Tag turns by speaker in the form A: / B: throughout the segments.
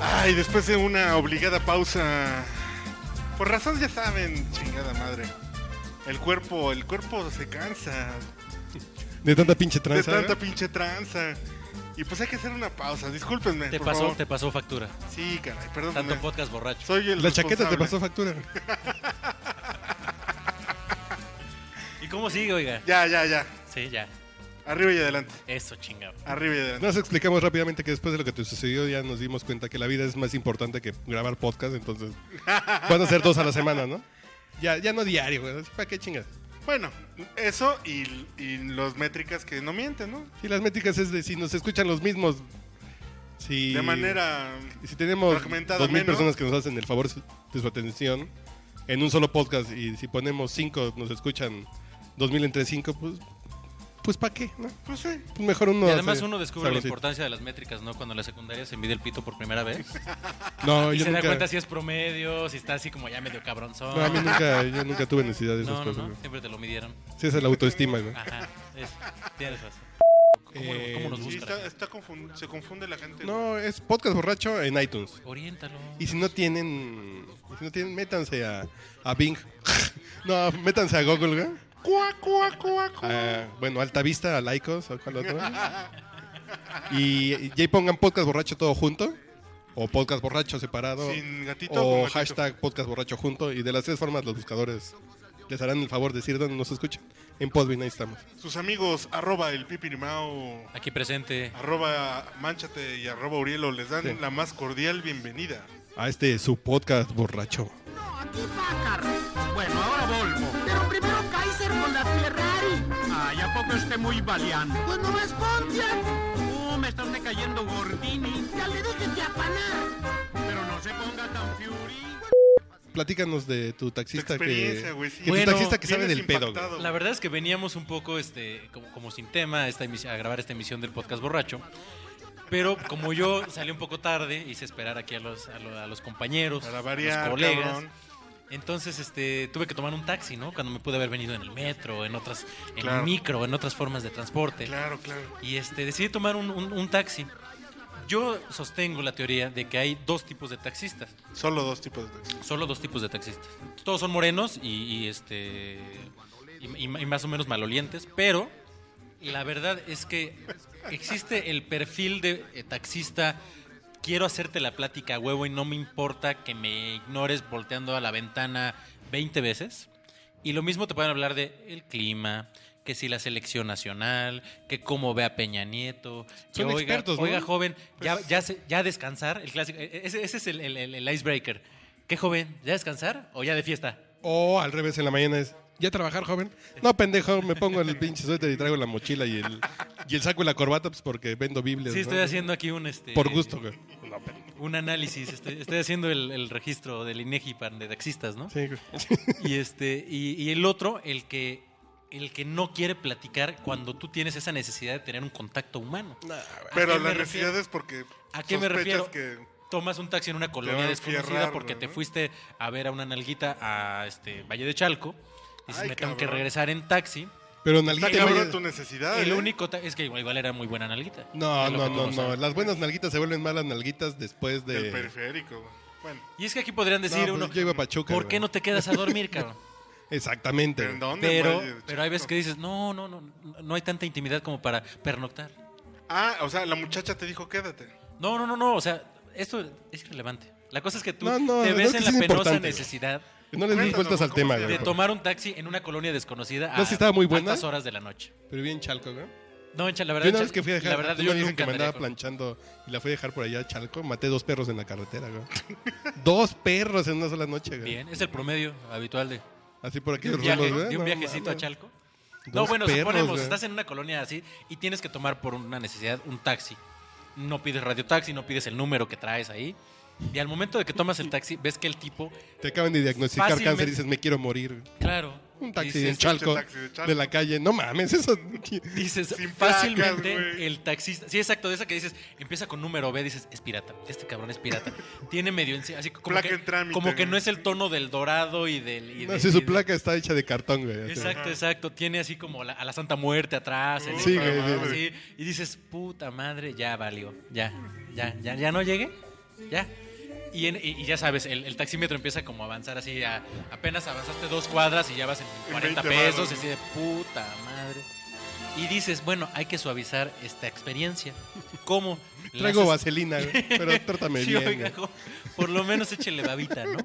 A: Ay, después de una obligada pausa. Por razones ya saben, chingada madre. El cuerpo, el cuerpo se cansa
B: De tanta pinche
A: de
B: tranza. eh?
A: tanta
B: ¿no?
A: pinche tranza. Y pues hay que hacer una pausa, discúlpenme.
C: Te
A: por
C: pasó,
A: favor.
C: te pasó factura.
A: Sí, caray,
C: Tanto
A: perdóname.
C: podcast borracho.
A: Soy el
B: La chaqueta
A: responsable.
B: te pasó factura.
C: ¿Y cómo sigue, oiga?
A: Ya, ya, ya.
C: Sí, ya.
A: Arriba y adelante.
C: Eso, chingado.
A: Arriba y adelante.
B: Nos explicamos rápidamente que después de lo que te sucedió ya nos dimos cuenta que la vida es más importante que grabar podcast, entonces van a ser dos a la semana, ¿no? Ya, ya no diario, güey. ¿Para qué chingas?
A: Bueno, eso y, y los métricas que no mienten, ¿no?
B: Si las métricas es de si nos escuchan los mismos. Si,
A: De manera.
B: y Si tenemos
A: fragmentada
B: dos mil
A: menos.
B: personas que nos hacen el favor su- de su atención en un solo podcast y si ponemos cinco nos escuchan dos mil entre cinco, pues, pues ¿para qué? ¿no?
A: Pues sí.
B: Pues mejor uno.
C: y además
B: hace-
C: uno descubre la
B: sabrosito.
C: importancia de las métricas, ¿no? Cuando en la secundaria se mide el pito por primera vez.
B: No,
C: y
B: yo
C: se da
B: nunca,
C: cuenta si es promedio, si está así como ya medio cabronzón.
B: no, a mí nunca, yo nunca tuve necesidad de esas
C: no, no,
B: cosas.
C: no,
B: güey.
C: Siempre te lo midieron.
B: Sí, esa es la autoestima, ¿no?
C: Ajá. es- tienes razón. ¿Cómo,
B: Eh,
C: cómo nos
A: Sí,
C: busca?
A: está, está confun- se confunde la gente. güey.
B: No, es podcast borracho en iTunes.
C: Oriéntalo.
B: Y si no tienen, y si no tienen, métanse a, a Bing. no, métanse a Google, güey.
A: Cuá, cuá, cuá, cuá.
B: Ah, bueno, Altavista, a Laicos, o cuál otro. Y, y ahí pongan podcast borracho todo junto, o podcast borracho separado,
A: Sin gatito con
B: o
A: gatito.
B: hashtag podcast borracho junto. Y de las tres formas, los buscadores les harán el favor de decir dónde nos escuchan. En Podbean ahí estamos.
A: Sus amigos, arroba el pipirimao,
C: Aquí presente.
A: arroba manchate y arroba urielo, les dan
B: Sí.
A: la más cordial bienvenida.
B: A este su podcast borracho.
D: No, aquí Packard. Bueno, ahora Volvo. Pero primero Kaiser con la Ferrari. Ay, ¿a poco esté muy baleando? Pues no me espontian. Uh, me estás cayendo gordini. Ya le dejes de apanar. Pero no se ponga tan fury.
B: Platícanos de tu taxista
A: experiencia,
B: que,
A: güey, sí.
B: que tu
C: Bueno,
B: taxista que sabe
A: vienes
B: del pedo.
A: impactado.
C: La verdad es que veníamos un poco este, como, como sin tema a, esta emisi- a grabar esta emisión del podcast borracho. Pero como yo salí un poco tarde, hice esperar aquí a los, a lo- a los compañeros,
A: Para
C: a
A: variar,
C: los colegas.
A: cabrón.
C: Entonces, este, tuve que tomar un taxi, ¿no? Cuando me pude haber venido en el metro, en otras, en
A: Claro.
C: el micro, en otras formas de transporte.
A: Claro, claro.
C: Y este, decidí tomar un, un- un taxi. Yo sostengo la teoría de que hay dos tipos de taxistas.
A: Solo dos tipos de taxis.
C: Solo dos tipos de taxistas. Todos son morenos y, y, este y, y- y más o menos malolientes, pero la verdad es que existe el perfil de eh, taxista. Quiero hacerte la plática a huevo y no me importa que me ignores volteando a la ventana 20 veces. Y lo mismo te pueden hablar de el clima, que si la selección nacional, que cómo ve a Peña Nieto. que
B: Son
C: oiga,
B: expertos, ¿no? Pues
C: oiga, joven, ya, ya, se- ya descansar. El clásico, e- ese, ese es el, el- el- el icebreaker. ¿Qué joven? ¿Ya descansar o ya de fiesta?
B: O al revés, en la mañana es, ¿ya trabajar, joven? No, pendejo, me pongo el pinche suéter y traigo la mochila y el, y el saco y la corbata, pues porque vendo Biblias.
C: Sí,
B: ¿no?
C: estoy haciendo aquí un este
B: Por gusto, güey.
C: un análisis. Estoy, estoy haciendo el, el registro del INEGI para- de taxistas, ¿no?
B: Sí, güey.
C: Y este y, y el otro, el que el que no quiere platicar cuando tú tienes esa necesidad de tener un contacto humano.
A: Pero
C: qué me
A: la
C: refiero?
A: necesidad es porque.
C: ¿A qué me
A: sospechas
C: refiero?
A: que-
C: Tomas un taxi en una
A: van
C: colonia
A: a
C: desconocida
A: enfierrar,
C: porque
A: güey,
C: te
A: ¿no?
C: fuiste a ver a una nalguita a este Valle de Chalco. Y dices,
A: Ay,
C: me tengo que
A: cabrón.
C: regresar en taxi.
B: Pero
A: Está
B: nalguita.
A: cabrón
B: vaya-
A: tu necesidad.
C: el
A: ¿eh?
C: único ta- es que igual era muy buena nalguita.
B: No,
C: Es lo
B: no,
C: que tú
B: no, no.
C: sabes.
B: Las buenas nalguitas se vuelven malas nalguitas después de.
A: Del periférico, güey. Bueno,
C: Y es que aquí podrían
B: No,
C: decir
B: pues,
C: uno,
B: Yo iba a Pachuca.
C: ¿por qué no te quedas a dormir, cabrón?
B: Exactamente.
A: ¿pero en
B: güey.
A: dónde?
C: pero,
A: güey?
C: pero hay veces que dices, no, no, no, no hay tanta intimidad como para pernoctar.
A: Ah, o sea, la muchacha te dijo quédate.
C: No, no, no, no, o sea, esto es irrelevante. La cosa es que tú
B: No, no,
C: te
B: no,
C: ves
B: es que
C: en
B: sí
C: la
B: es
C: penosa
B: importante.
C: necesidad
B: No les di
A: Cuéntanos,
B: vueltas al
A: ¿cómo
B: tema,
A: se
B: güey.
C: de tomar un taxi en una colonia desconocida a
B: No, sí estaba muy buena.
C: altas horas de la noche.
B: Pero bien chalco, güey.
C: No, en Chal- la
B: Yo una
C: verdad, en
B: vez
C: Chal-
B: que fui a dejar
C: la verdad
B: una
C: yo
B: vieja
C: nunca
B: que me andaba
C: andaría con-
B: planchando y la fui a dejar por allá a Chalco, maté dos perros en la carretera, güey. dos perros en una sola noche, güey.
C: Bien, es el promedio habitual de,
B: Así por aquí
C: de un,
B: los
C: viaje-
B: rulos, güey.
C: de un
B: No
C: viajecito a
B: mames.
C: Chalco. No,
B: Dos
C: bueno,
B: perros,
C: suponemos,
B: güey.
C: estás en una colonia así y tienes que tomar por una necesidad un taxi. No pides radiotaxi, no pides el número que traes ahí. Y al momento de que tomas el taxi, ves que el tipo,
B: Te acaban de diagnosticar
C: Fácilmente-
B: cáncer y dices, me quiero morir.
C: claro,
B: Un taxi en
C: dices,
B: Chalco,
A: taxi de Chalco.
B: de la calle. No mames, eso.
C: dices,
A: Sin placas,
C: fácilmente
A: güey.
C: el taxista, sí, exacto, de esa que dices, empieza con número B, dices, es pirata, este cabrón es pirata. Tiene medio, en- así como
A: Placa
C: que,
A: en trámite,
C: como que
A: güey.
C: no es el tono del dorado y del... y
B: No,
C: de-
B: si
C: y
B: su
C: de-
B: placa está hecha de cartón, güey. así.
C: Exacto, exacto. Tiene así como la- a la Santa Muerte atrás. el-
B: Sí, güey,
C: así,
A: sí,
C: Y dices, puta madre, ya valió. Ya, ya, ya, ya no llegué. Ya. Y, en- y- y ya sabes, el, el taxímetro empieza como a avanzar así, a- apenas avanzaste dos cuadras y ya vas en 40
A: 20 varos.
C: pesos, y así de puta madre. Y dices, bueno, hay que suavizar esta experiencia. ¿Cómo? Le
B: Traigo
C: haces-
B: vaselina, güey, pero trátame
C: Sí,
B: bien.
C: oiga,
B: güey.
C: jo- por lo menos échele babita, ¿no?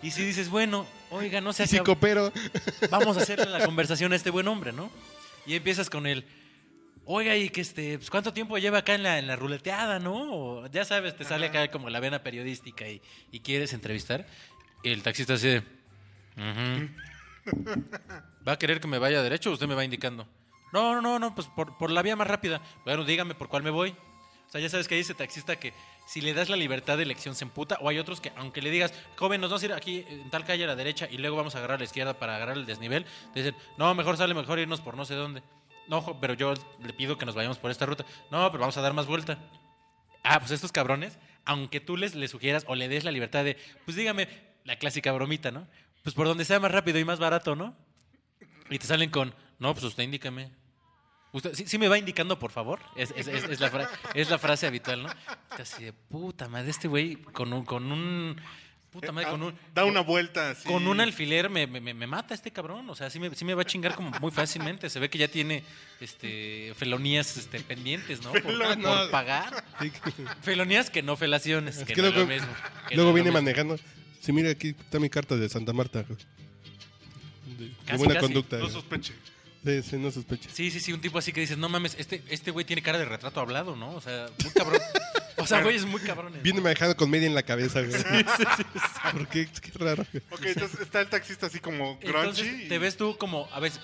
C: Y si dices, bueno, oiga, no se
B: Sí,
C: acabó
B: coopero.
C: vamos a hacerle la conversación a este buen hombre, ¿no? Y empiezas con el, oiga, y que este, pues, ¿cuánto tiempo lleva acá en la, en la ruleteada, no? O, ya sabes, te sale acá como la vena periodística y, y quieres entrevistar. Y el taxista así de, "Ujú. ¿va a querer que me vaya derecho o usted me va indicando? No, no, no, no, pues por, por la vía más rápida. Bueno, dígame por cuál me voy. O sea, ya sabes que hay ese taxista que si le das la libertad de elección se emputa, o hay otros que aunque le digas, joven, nos vamos a ir aquí en tal calle a la derecha y luego vamos a agarrar a la izquierda para agarrar el desnivel, te dicen, no, mejor sale mejor irnos por no sé dónde. No, jo- pero yo le pido que nos vayamos por esta ruta. No, pero vamos a dar más vuelta. Ah, pues estos cabrones, aunque tú les, les sugieras o le des la libertad de, pues dígame, la clásica bromita, ¿no? Pues por donde sea más rápido y más barato, ¿no? Y te salen con, no, pues usted indícame. Usted, ¿sí, sí me va indicando, por favor? Es, es- es- es la, fra- es la frase habitual, ¿no? Así de puta madre, este güey con un, con un... Puta madre, con un...
A: Eh, ah, da una vuelta así.
C: Con un alfiler me, me- me- me mata este cabrón. O sea, sí me, sí me va a chingar como muy fácilmente. Se ve que ya tiene este, felonías este, pendientes, ¿no? Por,
A: Felon-
C: por
B: no.
C: pagar.
B: Sí.
C: Felonías que no felaciones. que
B: que
C: no es
B: luego-
C: lo mismo, que
B: Luego
C: no es
B: viene
C: lo mismo.
B: manejando. Sí, mira, aquí está mi carta de Santa Marta. güey. De, de
C: Casi,
B: buena
C: casi.
B: conducta.
A: No
B: güey.
A: sospeche.
B: Sí, sí, no sospeches.
C: Sí, sí, sí, un tipo así que dices, no mames, este este güey tiene cara de retrato hablado, ¿no? O sea, muy cabrón. O sea, güey, es muy cabrón.
B: Viene manejando con media en la cabeza. güey. ¿Por qué? Qué raro.
C: Pues,
B: güey.
A: Ok, entonces está el taxista así como grungy.
C: Entonces
A: y-
C: te ves tú como, a veces,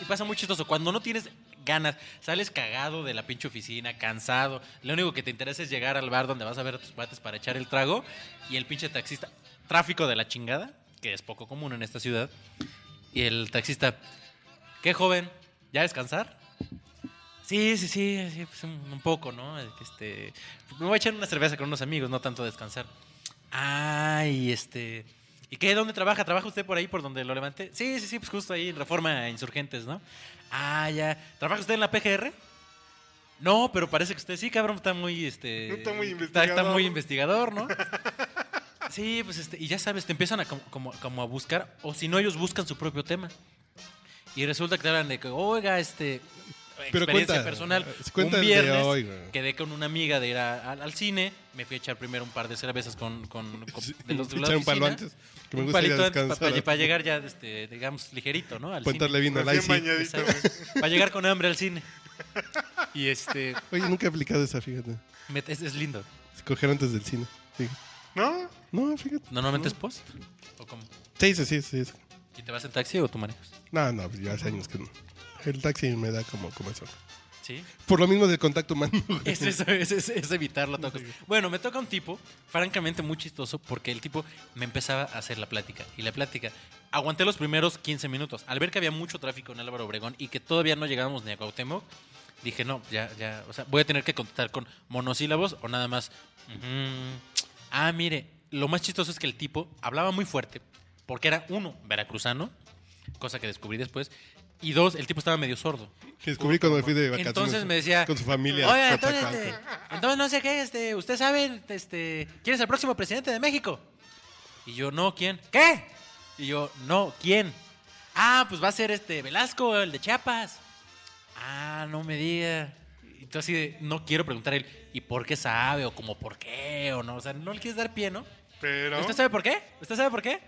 C: y pasa muy chistoso, cuando no tienes ganas, sales cagado de la pinche oficina, cansado, lo único que te interesa es llegar al bar donde vas a ver a tus cuates para echar el trago, y el pinche taxista, tráfico de la chingada, que es poco común en esta ciudad, y el taxista, ¿qué joven? ¿Ya descansar? Sí, sí, sí, sí, pues, un un poco, ¿no? Este, me voy a echar una cerveza con unos amigos, no tanto descansar. Ay, este. ¿Y qué? ¿Dónde trabaja? ¿Trabaja usted por ahí, por donde lo levanté? Sí, sí, sí, pues justo ahí, en Reforma e Insurgentes, ¿no? Ah, ya. ¿Trabaja usted en la PGR? No, pero parece que usted sí, cabrón, está muy, este...
A: No está muy
C: Está,
A: investigador.
C: muy investigador, ¿no? sí, pues, este, y ya sabes, te empiezan a como, como- como a buscar, o si no, ellos buscan su propio tema. Y resulta que te hablan de que, oiga, este...
B: Pero
C: experiencia
B: cuenta,
C: personal.
B: eh, cuenta
C: un
B: el de
C: viernes,
B: hoy, güey.
C: quedé con una amiga de ir a- al, al cine, me fui a echar primero un par de cervezas con, con- con- de los de la
B: Echar un palo
C: oficina.
B: antes. Que me
C: Un
B: gusta ir a
C: palito antes pa-
B: descansar.
C: para, para llegar ya, este, digamos, ligerito, ¿no? Al
B: Contarle
C: cine.
B: vino al
A: Recién
B: IC.
A: bañadito,
C: Exacto. Para llegar con hambre al cine. Y este,
B: Oye, nunca he aplicado esa, fíjate.
C: me- es, es lindo.
B: Escoger antes del cine. Sí.
A: ¿No?
B: No, fíjate.
C: Normalmente es post. ¿O cómo?
B: Sí, sí, sí, sí. sí.
C: ¿Y te vas en taxi o tú manejas?
B: No, no, pues ya hace años que no. El taxi me da como comezón.
C: Sí.
B: Por lo mismo del contacto humano. güey.
C: Es, es- es- es- es evitarlo a toda costa. Bueno, me toca un tipo, francamente muy chistoso, porque el tipo me empezaba a hacer la plática. Y la plática, aguanté los primeros 15 minutos. Al ver que había mucho tráfico en Álvaro Obregón y que todavía no llegábamos ni a Cuauhtémoc, dije, no, ya, ya, o sea, voy a tener que contestar con monosílabos o nada más. "Ujú". Ah, mire, lo más chistoso es que el tipo hablaba muy fuerte, porque era uno, veracruzano, cosa que descubrí después, y dos, el tipo estaba medio sordo.
B: Que descubrí cuando me fui de vacaciones.
C: Entonces me decía,
B: Con su familia.
C: Oiga,
B: a
C: entonces,
B: Coatzacoalcos.
C: este, entonces no sé qué, este, usted sabe, este, ¿quién es el próximo presidente de México? Y yo, no, ¿quién? ¿Qué? Y yo, no, ¿quién? Ah, pues va a ser este Velasco, el de Chiapas. Ah, no me diga. Y tú así de, no quiero preguntar a él, ¿y por qué sabe? O como, ¿por qué? O no, o sea, no le quieres dar pie, ¿no?
A: Pero.
C: ¿Usted sabe por qué? ¿Usted sabe por qué?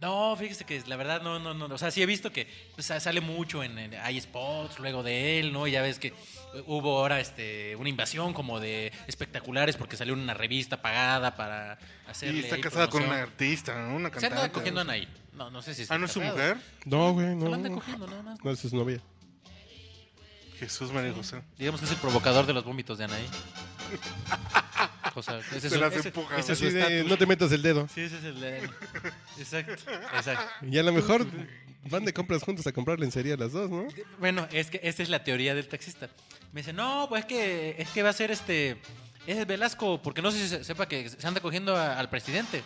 C: No, fíjese que la verdad no, no, no. O sea, sí he visto que pues, sa- sale mucho en, en- hay spots luego de él, ¿no? Y ya ves que eh, hubo ahora este una invasión como de espectaculares porque salió una revista pagada para hacer.
A: Y está casada con una artista, ¿no? Una
C: Se
A: cantante.
C: anda cogiendo a Anaí. No, no sé si está
A: Ah, ¿no es su
C: casado.
A: mujer?
B: No, güey,
C: Se
B: no.
C: la anda
B: No,
C: cogiendo nada más.
B: no es su novia.
A: Jesús María José.
C: Digamos que es el provocador de los vómitos de Anaí. O sea, ese es
A: Se
C: su-
A: las
C: ese-
A: empuja,
C: ese es su
B: Así de,
C: estatus.
B: no te metas el dedo.
C: Sí, ese es el de él. Exacto, exacto.
B: Y a lo mejor van de compras juntos a comprar lencería las dos, ¿no?
C: Bueno, es que esta es la teoría del taxista. Me dice, no, pues es que, es que va a ser este. Es Velasco, porque no sé si se- sepa que se anda cogiendo a- al presidente.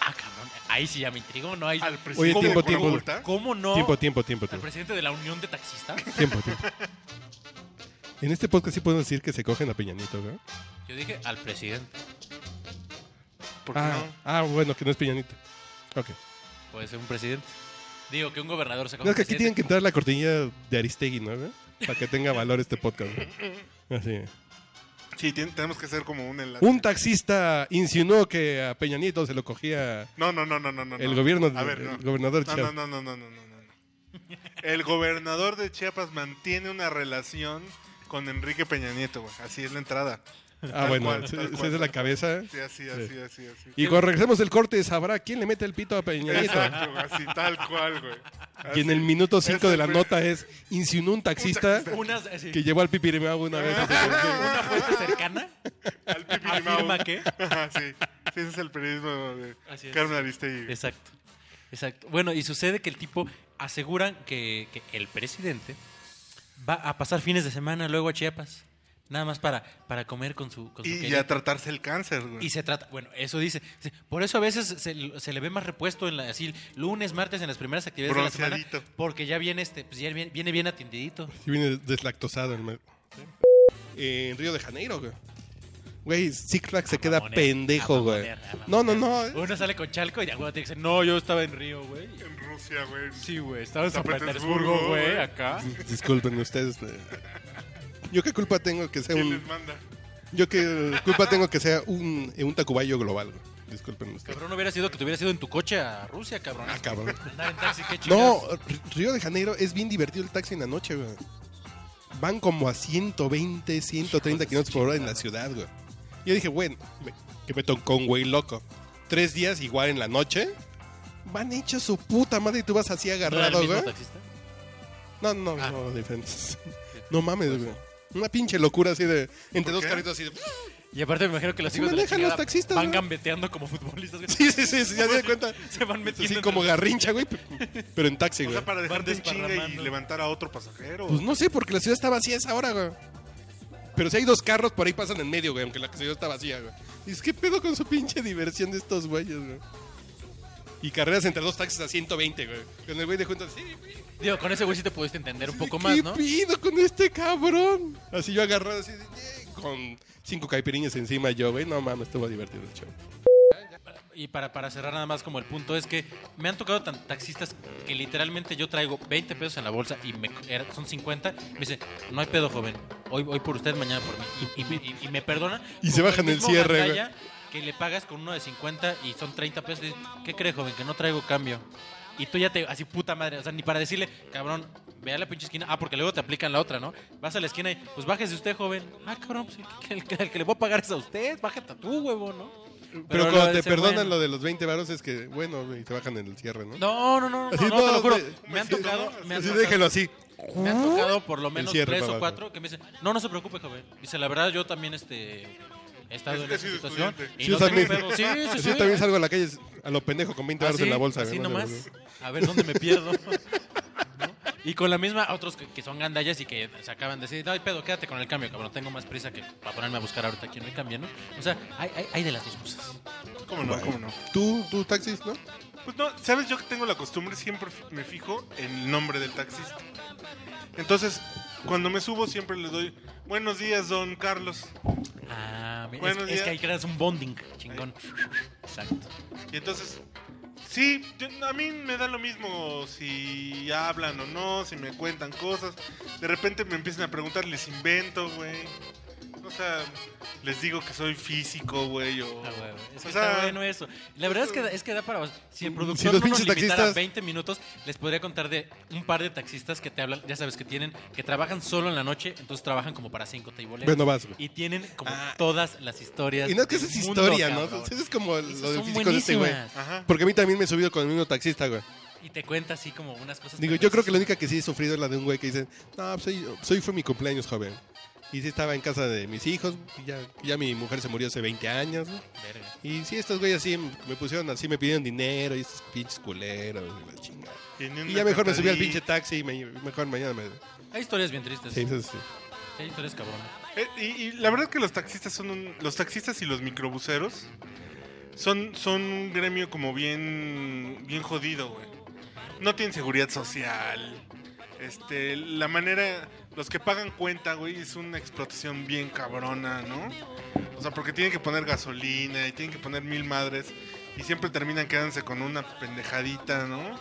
C: Ah, cabrón. Ahí sí ya me intrigó, ¿no? Ahí,
A: Al presidente.
B: Oye, tiempo,
A: de Coahuila.
B: tiempo.
C: ¿Cómo no?
B: Tiempo, tiempo, tiempo,
C: Al
B: tiempo.
C: presidente de la Unión de Taxistas.
B: Tiempo, tiempo. En este podcast sí podemos decir que se cogen a Peñanito, ¿verdad?
C: Yo dije, al presidente.
A: ¿Por qué
B: Ah, ah, bueno, que no es Peñanito. Ok.
C: Puede ser un presidente. Digo, que un gobernador se
B: No, es que aquí tienen que entrar la cortinilla de Aristegui, ¿no? güey? Para que tenga valor este podcast. ¿no? Así.
A: no? Sí, tien- tenemos que hacer como un enlace.
B: Un taxista insinuó que a Peña Nieto se lo cogía
A: No, no, no, no, no, no.
B: el
A: no.
B: gobierno
A: A ver,
B: el
A: no.
B: gobernador
A: No,
B: Chávez.
A: No, no, no, no, no, no, no. El gobernador de Chiapas mantiene una relación con Enrique Peña Nieto, güey. Así es la entrada.
B: Ah,
A: Tal
B: bueno,
A: cual,
B: se,
A: tal
B: se
A: cual,
B: es de la
A: tal
B: cabeza.
A: Sí, así, así, así, así.
B: Y cuando regresemos del corte sabrá quién le mete el pito a Peña Nieto.
A: Exacto, güey, así tal cual, güey.
B: Y en el
A: Así.
B: minuto 5
A: Es
B: de la
A: el-
B: nota es insinuó un taxista
C: Unas, eh, sí,
B: que llevó al pipirimao una vez.
A: Ah.
C: una fuente cercana
A: Al pipirimao.
C: afirma que...
A: Ajá, sí. Sí, ese es el periodismo de
C: Así es.
A: Carmen Aristegui.
C: Exacto, exacto. Bueno, y sucede que el tipo aseguran que, que el presidente va a pasar fines de semana luego a Chiapas, nada más para, para comer con su... Con su
A: Y
C: querida.
A: ya tratarse el cáncer, güey.
C: Y se trata, bueno, eso dice. dice, Por eso a veces se, se le ve más repuesto en la, así lunes, martes, en las primeras actividades de la semana.
A: Bronceadito.
C: Porque ya viene este, pues ya viene, viene bien atendidito.
B: Y viene deslactosado el me- Eh, En Río de Janeiro, güey. Güey, Six Flags se
C: A
B: queda
C: mamonear, a
B: pendejo, güey.
C: mamonear, a
B: No, no,
C: mamonear.
B: no. eh.
C: Uno sale con Chalco y ya, güey, te dice, no, yo estaba en Río, güey.
A: En Rusia, güey.
C: Sí, güey, estaba en
A: San
C: San
A: Petersburgo,
C: Petersburgo, güey,
A: güey.
C: acá.
B: Disculpen ustedes. eh. Yo qué culpa tengo que sea
A: ¿Quién
B: un.
A: les manda?
B: Yo qué culpa tengo que sea un, eh, un tacubayo global, güey. Disculpen ustedes.
C: Cabrón, no hubiera sido que te hubieras ido en tu coche a Rusia, cabrón.
B: Ah, cabrón.
C: Andar en taxi, qué
B: No,
C: chingados.
B: R- Río de Janeiro es bien divertido el taxi en la noche, güey. Van como a 120, 130 kilómetros por hora en la ciudad, güey. Yo dije, bueno, me- que me tocó un güey loco. Tres días igual en la noche. Van hechos su puta madre y tú vas así
C: ¿No era el
B: agarrado,
C: mismo Ah.
B: güey.
C: taxista?
B: No, no, no, diferentes. No
C: Pues
B: mames, güey. Una pinche locura así de. Entre dos
A: qué?
B: carritos así de.
C: Y aparte me imagino que los
B: Así
C: hijos de la
B: manejan los
C: chingada
B: taxistas,
C: van
B: güey.
C: gambeteando como futbolistas. güey.
B: Sí, sí, sí, sí, ya se di cuenta.
C: Se van metiendo
B: Así
C: en
B: como
C: el-
B: garrincha, güey. p- Pero en taxi,
A: O
B: güey.
A: sea, para dejarte en chinga y
C: desparramando.
A: levantar a otro pasajero.
B: Pues no sé, porque la ciudad está vacía a esa hora, güey. Pero si hay dos carros, por ahí pasan en medio, güey, aunque la ciudad está vacía, güey. Dices, ¿qué pedo con su pinche diversión de estos güeyes, güey? Y carreras entre dos taxis a 120, güey. Con el güey de juntas, sí, güey.
C: Digo, con ese güey sí te pudiste entender un poco
B: ¿Qué
C: más, ¿no?
B: pido con este cabrón? Así yo agarrado, así, de, "Eh", con cinco caipiriñas encima yo, güey. No mames, estuvo divertido el show.
C: Y para, para cerrar nada más como el punto es que me han tocado tan taxistas que literalmente yo traigo 20 pesos en la bolsa y me, era- son 50. Me dicen, no hay pedo, joven. Hoy, hoy por usted, mañana por mí. Y, y me, y- y me perdonan.
B: Y se
C: Como
B: bajan el
C: mismo
B: cierre, güey.
C: gandalla Que le pagas con uno de 50 y son 30 pesos. Dicen, ¿Qué crees, joven? Que no traigo cambio. Y tú ya te, así puta madre, o sea, ni para decirle, cabrón, ve a la pinche esquina. Ah, porque luego te aplican la otra, ¿no? Vas a la esquina y, pues bájese usted, joven. Ah, cabrón, pues el que, el que le voy a pagar es a usted. Bájate a tú, huevo, ¿no?
B: Pero,
C: lo
B: cuando
C: del
B: te
C: ser
B: perdonan
C: bueno.
B: lo de los 20 varos es que, bueno, güey, te bajan en el cierre, ¿no?
C: No, no, no, no,
B: Así,
C: no, te
B: no,
C: lo juro.
B: de-
C: Me han
A: besito,
C: tocado,
A: ¿no?
C: me han
B: Así
C: tocado,
B: déjelo así.
C: me han tocado por lo menos
B: cierre
C: tres
B: para
C: o
B: abajo.
C: cuatro que me dicen, no, no se preocupe, joven. Dice, la verdad, yo también este, he estado
A: Es
C: en
A: que he
C: esa
A: sido
C: situación.
A: estudiante.
C: Y
B: Sí,
C: no
B: yo también.
C: tengo pedo. Sí, sí,
B: Así
C: sí.
B: yo también salgo a la calle a lo pendejo con 20 baros
C: Así,
B: en la bolsa.
C: ¿Ah, así
B: güey, no
C: nomás.
B: sé, güey.
C: A ver dónde me pierdo. ¿No? Y con la misma, otros que, que son gandallas y que se acaban de decir, no, hay pedo, quédate con el cambio, cabrón, tengo más prisa que para ponerme a buscar ahorita quién me cambia, ¿no? O sea, hay, hay, hay de las dos cosas.
A: ¿Cómo no? ¿Cómo no?
B: Tú, tú taxis, ¿no?
A: Pues no, sabes, yo que tengo la costumbre, siempre f- me fijo en el nombre del taxista. Entonces, cuando me subo, siempre le doy buenos días, don Carlos.
C: Ah, mira,
A: Buenos
C: es, es
A: días.
C: que ahí creas un bonding, chingón. Exacto.
A: Y entonces, sí, yo- a mí me da lo mismo si hablan o no, si me cuentan cosas. De repente me empiezan a preguntar, les invento, güey. O sea, les digo que soy físico, güey. O,
C: Ah, güey, es que
A: o
C: está
A: sea,
C: bueno eso. La verdad es que, da- es que da para. Si el productor
B: los
C: no nos
B: pinches
C: limitara
B: taxistas-
C: 20 minutos, les podría contar de un par de taxistas que te hablan, ya sabes, que tienen, que trabajan solo en la noche, entonces trabajan como para cinco tableros.
B: Bueno, vas, güey.
C: Y tienen como
B: Ah.
C: todas las historias.
B: Y no es que esa
C: del
B: es
C: mundo,
B: historia, ¿no?
C: cabrón.
B: Eso es como
C: Esas
B: lo del
C: son
B: físico de este güey.
C: buenísimas.
A: Ajá.
B: Porque a mí también me he subido con el mismo taxista, güey.
C: Y te cuenta así como unas cosas.
B: Digo, yo creo que la única que sí he sufrido es la de un güey que dice, no, pues hoy, pues hoy fue mi cumpleaños, joven. Y sí estaba en casa de mis hijos, y ya, ya mi mujer se murió hace 20 años, ¿no?
C: Verga.
B: Y sí, estos güeyes así me pusieron así, me pidieron dinero, y estos pinches culeros, y la chingada.
A: tienen
B: Y ya mejor me subí al
A: una
B: pinche taxi y me- mejor mañana me...
C: Hay historias bien tristes.
B: Sí, sí, sí.
C: Hay historias cabronas.
A: Eh, Y, y la verdad que los taxistas son un- los taxistas y los microbuseros son, son un gremio como bien bien jodido, güey. No tienen seguridad social. Este, la manera los que pagan cuenta, güey, es una explotación bien cabrona, ¿no? O sea, porque tienen que poner gasolina y tienen que poner mil madres y siempre terminan quedándose con una pendejadita, ¿no?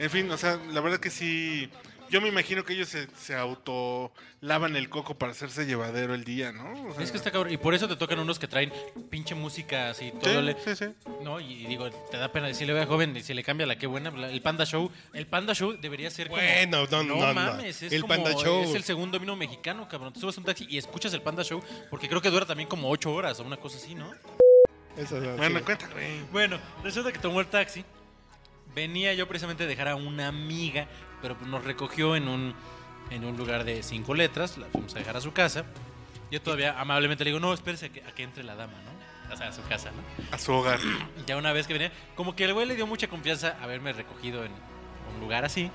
A: En fin, o sea, la verdad que sí. Yo me imagino que ellos se, se auto lavan el coco para hacerse llevadero el día, ¿no? O sea,
C: Es que está cabrón. Y por eso te tocan unos que traen pinche música así, todo le-
A: sí, sí, sí.
C: No, y y digo, te da pena decirle, vea joven, y si le cambia la qué buena, la- el Panda Show. El Panda Show debería ser como-
B: Bueno, no, no, no.
C: mames, es
B: El
C: como-
B: Panda Show.
C: Es el segundo vino mexicano, cabrón. Tú subes a un taxi y escuchas el Panda Show, porque creo que dura también como ocho horas o una cosa así, ¿no?
B: Esa es la-
A: Bueno,
B: sí.
A: cuenta, güey.
C: Bueno, resulta que tomó el taxi. Venía yo precisamente a dejar a una amiga, pero pues, nos recogió en un, en un lugar de cinco letras. La fuimos a dejar a su casa. Yo todavía amablemente le digo, no, espérese a que, a que entre la dama, ¿no? O sea, a su casa, ¿no?
A: A su hogar.
C: Ya una vez que venía, como que el güey le dio mucha confianza haberme recogido en un lugar así.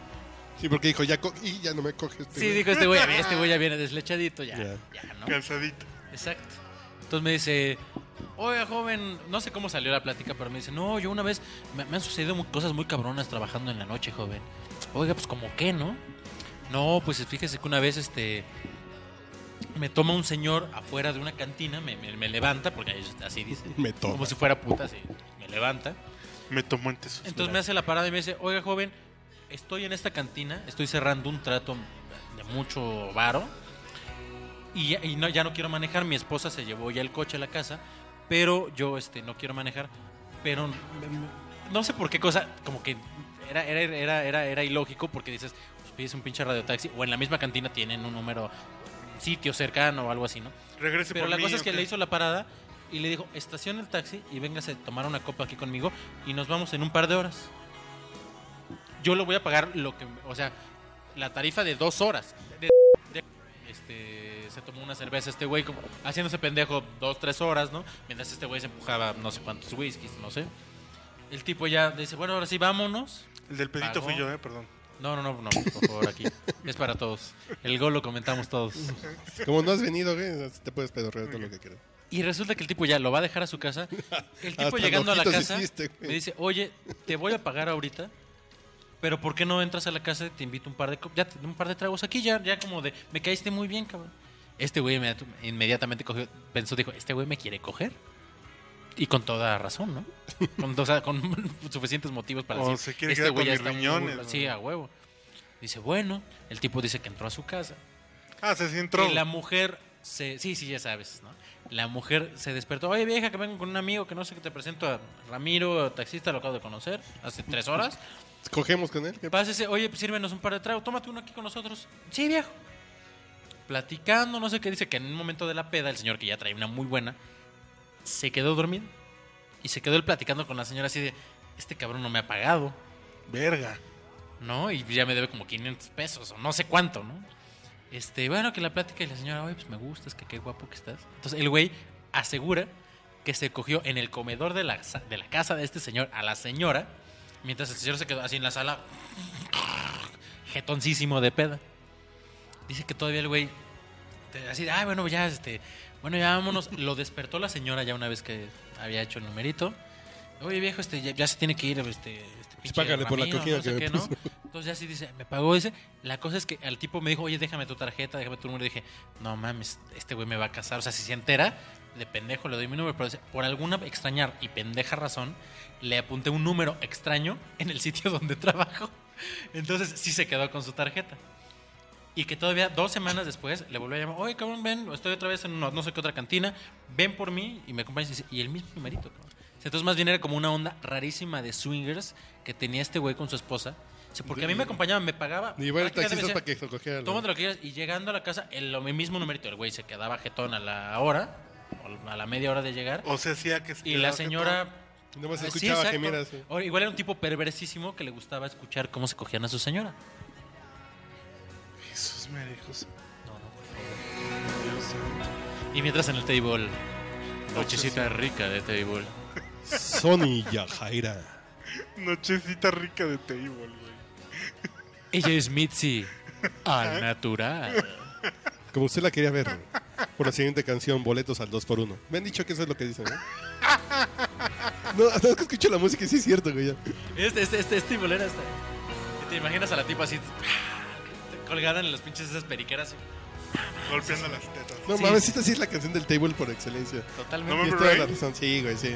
B: Sí, porque dijo, ya, co- y ya no me coges.
C: Sí, dijo este güey, a ver, este güey ya viene deslechadito, ya,
B: Ya.
C: ya, ¿no?
A: Cansadito.
C: Exacto. Entonces me dice, oiga joven, no sé cómo salió la plática, pero me dice, no, yo una vez me, me han sucedido mu- cosas muy cabronas trabajando en la noche, joven. Oiga, pues como qué, ¿no? No, pues fíjese que una vez este me toma un señor afuera de una cantina, me, me- me levanta, porque ahí así dice,
B: Me toma.
C: como si fuera puta, así, me levanta.
A: Me tomó en sus
C: Entonces me hace la parada y me dice, oiga joven, estoy en esta cantina, estoy cerrando un trato de mucho varo y, ya, y no, ya no quiero manejar, mi esposa se llevó ya el coche a la casa, pero yo este, no quiero manejar, pero n- n- no sé por qué cosa, como que era, era, era, era, era ilógico porque dices, pues pides un pinche radiotaxi o en la misma cantina tienen un número, un sitio cercano o algo así, ¿no?
A: Regrese Este,
C: Pero
A: por
C: la
A: mí,
C: cosa es
A: ¿o
C: que
A: qué?
C: le hizo la parada y le dijo, estaciona el taxi y véngase a tomar una copa aquí conmigo y nos vamos en un par de horas. Yo le voy a pagar lo que, o sea, la tarifa de dos horas. De- de- este, se tomó una cerveza este güey, como haciéndose pendejo dos, tres horas, ¿no? Mientras este güey se empujaba no sé cuántos whiskies, no sé. El tipo ya dice, bueno, ahora sí, vámonos.
A: El del pedito
C: Pagó.
A: fui yo, eh, perdón.
C: No, no, no, no, por favor, aquí. Es para todos. El gol lo comentamos todos.
B: Como no has venido, güey, así te puedes pedorrear todo lo que quieras.
C: Y resulta que el tipo ya lo va a dejar a su casa. El tipo
B: Hasta
C: llegando a la
B: enojitos
C: casa
B: hiciste, güey.
C: me dice, oye, te voy a pagar ahorita, pero ¿por qué no entras a la casa y te invito un par de co- ya te- un par de tragos aquí ya ya como de me caíste muy bien, cabrón. Este güey inmediato- inmediatamente cogió, pensó, dijo, este güey me quiere coger. Y con toda razón, ¿no? Con, o sea, con suficientes motivos para
A: O
C: decir,
A: se quiere
C: este
A: quedar con
C: güey ya
A: mis
C: está muy-
A: riñones,
C: Sí,
A: güey.
C: a huevo. Dice, bueno, el tipo dice que entró a su casa.
A: Ah, se entró.
C: Y la mujer se. Sí, sí, ya sabes, ¿no? La mujer se despertó. Oye, vieja, que vengo con un amigo que no sé qué te presento a Ramiro, taxista, lo acabo de conocer hace tres horas.
B: Cogemos con él. ¿qué?
C: Pásese, oye, pues, sírvenos un par de tragos, tómate uno aquí con nosotros. Sí, viejo. Platicando, no sé qué dice, que en un momento de la peda, el señor que ya trae una muy buena, se quedó dormido. Y se quedó él platicando con la señora así de: Este cabrón no me ha pagado.
A: Verga.
C: ¿no? Y ya me debe como 500 pesos o no sé cuánto, ¿no? Este, bueno, que la plática y la señora, oye, pues me gustas, que qué guapo que estás. Entonces el güey asegura que se cogió en el comedor de la, sa- de la casa de este señor a la señora, mientras el señor se quedó así en la sala, jetoncísimo de peda. Dice que todavía el güey, te- así, ah, bueno, ya, este, bueno, ya vámonos. Lo despertó la señora ya una vez que había hecho el numerito. Oye, viejo, este, ya, ya se tiene que ir, este, este pinche
B: págale por la cogida
C: no sé
B: que me
C: qué, ¿no? Entonces ya sí dice, me pagó ese. La cosa es que al tipo me dijo, oye, déjame tu tarjeta, déjame tu número. Y dije, no mames, este güey me va a casar. O sea, si se entera, de pendejo le doy mi número. Pero dice, por alguna extrañar y pendeja razón, le apunté un número extraño en el sitio donde trabajo. Entonces sí se quedó con su tarjeta. Y que todavía dos semanas después le volvió a llamar, oye, cabrón, ven, estoy otra vez en no, no sé qué otra cantina, ven por mí y me acompañas. Y dice, Y el mismo numerito, cabrón. Entonces más bien era como una onda rarísima de swingers que tenía este güey con su esposa. Dice, Porque a mí me acompañaba, me pagaba.
B: Y va el
C: prácticamente me
B: taxista
C: decía,
B: para que se cogiera. la-
C: Tómate lo que quieras. Y llegando a la casa, el, lo mismo numerito, el güey se quedaba jetón a la hora, o a la media hora de llegar.
B: Oh,
A: O sea, hacía que se
C: y la
A: quedaba
C: señora.
B: Nomás
C: Ah, sí,
B: Pues escuchaba
C: exacto.
B: gemir así.
C: Ahora, Igual era un tipo perversísimo que le gustaba escuchar cómo se cogían a su señora.
A: jetón. Jesús, me dijo. Dios
C: No, no, por favor.
A: santo.
C: Y mientras en el table. Nochecita rica de table.
B: Sony Yajaira.
A: Nochecita rica de table, güey.
C: Ella es Mitzi. Al natural.
B: Como usted la quería ver. Por la siguiente canción, boletos al 2x1. Me han dicho que eso es lo que dicen, ¿eh? No, no, es que escucho la música y sí es cierto, güey. ya.
C: Este, este, este, este bolera está. ¿Te imaginas a la tipa así colgada en las pinches esas periqueras?
A: golpeando las tetas.
B: No
C: Sí.
B: mames, esta sí es la canción del table por excelencia.
C: Totalmente.
B: Tienes toda la razón, sí, güey, sí.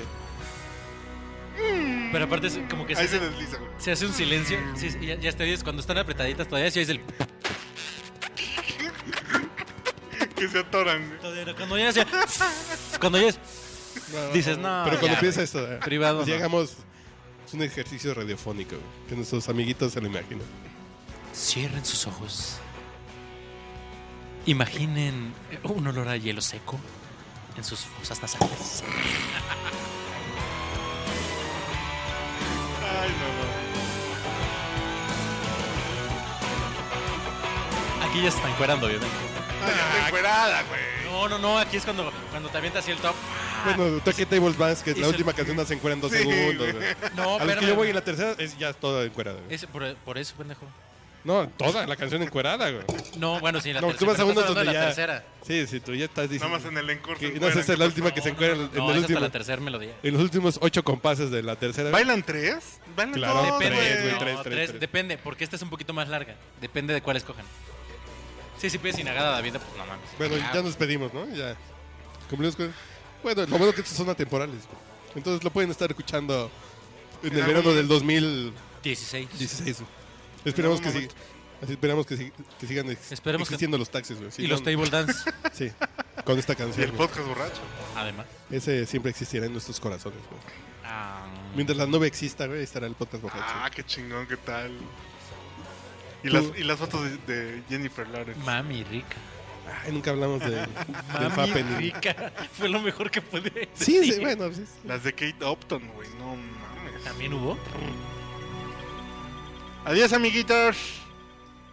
C: Pero aparte es como que se
A: Ahí se
C: hace,
A: desliza, güey.
C: se hace un silencio. Sí, sí, ya, ya te dices, cuando están apretaditas todavía, sí es el...
A: Que se atoran, güey.
C: Cuando ya se- Cuando ya es... Dices, no,
B: Pero cuando
C: Ah, ya,
B: empieza esto, eh,
C: Privado, no.
B: llegamos. Es un ejercicio radiofónico, güey, que nuestros amiguitos se lo imaginan.
C: Cierren sus ojos. Imaginen un olor a hielo seco en sus fosas nasales.
A: Ay, no,
C: Aquí ya se están cuerando, obviamente.
A: no. Ay,
C: Ah,
A: está encuerada, güey.
C: No, no, no, aquí es cuando, cuando te avientas así el top.
B: Bueno, Toque Table Bands, que es
C: Y
B: la
C: se-
B: última canción, la se encueran dos
A: Sí,
B: segundos.
A: güey.
B: güey.
C: No,
B: a lo
C: pero.
B: que yo voy en la tercera es ya toda encuerada. güey.
C: Es por, por eso, pendejo.
B: No, toda la canción encuerada, güey.
C: No, bueno, sí, la
B: No, tú
C: tercera.
B: vas a una
C: pero estás hablando
B: donde
C: de la
B: ya.
C: tercera.
B: Sí, sí, tú ya estás
A: Nada
B: diciendo.
A: más en el encore.
B: que-
A: se
B: no, esa es
A: encueran, ¿qué
B: la última que se encuera en el
C: No, es hasta
B: último.
C: la tercera melodía.
B: En los últimos ocho compases de la tercera.
A: pasó? ¿Bailan tres? ¿Bailan
B: Claro,
A: dos,
B: tres,
A: güey?
B: güey,
C: no,
B: tres, tres, tres.
C: Depende, porque esta es un poquito más larga. Depende de cuál escojan. Sí, si pides inagada David, pues no mames.
B: Bueno, ya nos pedimos, ¿no? Ya. Cumplimos con. Bueno, lo bueno que estos son atemporales. Entonces lo pueden estar escuchando en el
A: En
B: verano
A: algún
B: del 2016.
C: 16.
B: Esperamos
A: En
B: que
A: algún
B: sí. Así esperamos que, sí- que sigan ex-
C: Esperemos que-
B: existiendo los taxis, güey. Sí,
C: y
B: no,
C: los table dance,
B: Sí, con esta
A: Y el
B: canción. güey.
A: podcast borracho.
C: además.
B: Ese siempre existirá en nuestros corazones, güey.
C: Ah,
B: Mientras la nube exista, güey, estará el podcast borracho.
A: Ah, qué chingón, qué tal. Y
B: Tú-
A: las, y las fotos de, de Jennifer Lawrence.
C: mami rica.
B: Ay, nunca hablamos de, del
C: Mami
B: Fappen.
C: rica. Fue lo mejor que pude.
B: Sí, sí,
C: decir.
B: bueno, pues sí, sí.
A: Las de Kate Upton, güey. No mames.
C: También hubo.
A: Adiós, amiguitos.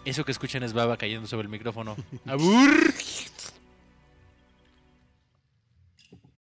C: Eso que escuchan es baba cayendo sobre el micrófono.
A: Abur.